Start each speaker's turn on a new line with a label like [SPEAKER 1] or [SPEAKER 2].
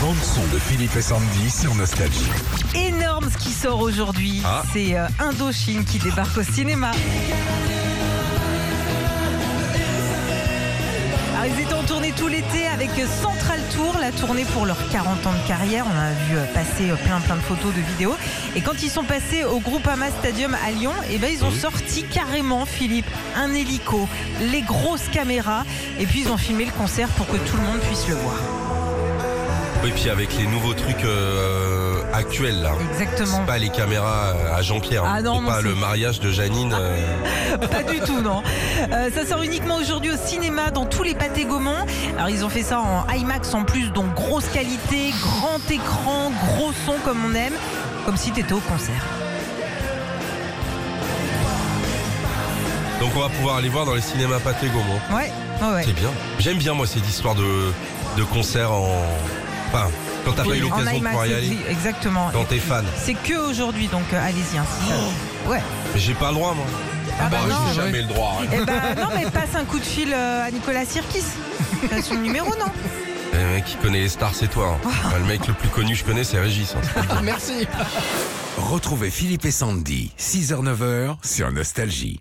[SPEAKER 1] bande-son de Philippe et Sandy sur Nostalgie.
[SPEAKER 2] énorme ce qui sort aujourd'hui.
[SPEAKER 1] Ah.
[SPEAKER 2] C'est euh, Indochine qui débarque au cinéma. Alors, ils étaient en tournée tout l'été avec euh, Central Tour, la tournée pour leurs 40 ans de carrière. On a vu euh, passer euh, plein plein de photos, de vidéos. Et quand ils sont passés au Groupama Stadium à Lyon, eh ben, ils ont sorti carrément, Philippe, un hélico, les grosses caméras. Et puis ils ont filmé le concert pour que tout le monde puisse le voir.
[SPEAKER 3] Oui, puis avec les nouveaux trucs euh, actuels, là.
[SPEAKER 2] Exactement.
[SPEAKER 3] C'est pas les caméras à Jean-Pierre. hein.
[SPEAKER 2] Ah non,
[SPEAKER 3] C'est
[SPEAKER 2] non,
[SPEAKER 3] pas
[SPEAKER 2] c'est-
[SPEAKER 3] le mariage de Janine. euh,
[SPEAKER 2] Pas du tout, non. Euh, ça sort uniquement aujourd'hui au cinéma, dans tous les pâtés Gaumont. Alors, ils ont fait ça en IMAX en plus, donc grosse qualité, grand écran, gros son comme on aime, comme si t'étais au concert.
[SPEAKER 3] Donc on va pouvoir aller voir dans les cinémas Pathé Gaumont.
[SPEAKER 2] Ouais, ouais, ouais.
[SPEAKER 3] C'est bien. J'aime bien, moi, cette histoire de, de concert en. Enfin, quand t'as pas eu
[SPEAKER 2] en
[SPEAKER 3] l'occasion de
[SPEAKER 2] IMAX,
[SPEAKER 3] pouvoir y aller,
[SPEAKER 2] exi- exactement.
[SPEAKER 3] quand
[SPEAKER 2] Et
[SPEAKER 3] t'es
[SPEAKER 2] puis,
[SPEAKER 3] fan.
[SPEAKER 2] C'est que aujourd'hui, donc euh, allez-y. hein, si ça- Ouais.
[SPEAKER 3] Mais J'ai pas le droit, moi.
[SPEAKER 2] Ah bah non,
[SPEAKER 3] j'ai jamais le droit.
[SPEAKER 2] Eh ben non, mais passe un coup de fil euh, à Nicolas Sirkis. T'as son numéro, non
[SPEAKER 3] Eh, Le mec qui connaît les stars, c'est toi. hein. Enfin, le mec le plus connu que je connais, c'est Régis. hein.
[SPEAKER 4] Merci.
[SPEAKER 1] Retrouvez Philippe et Sandy, 6h-9h sur Nostalgie.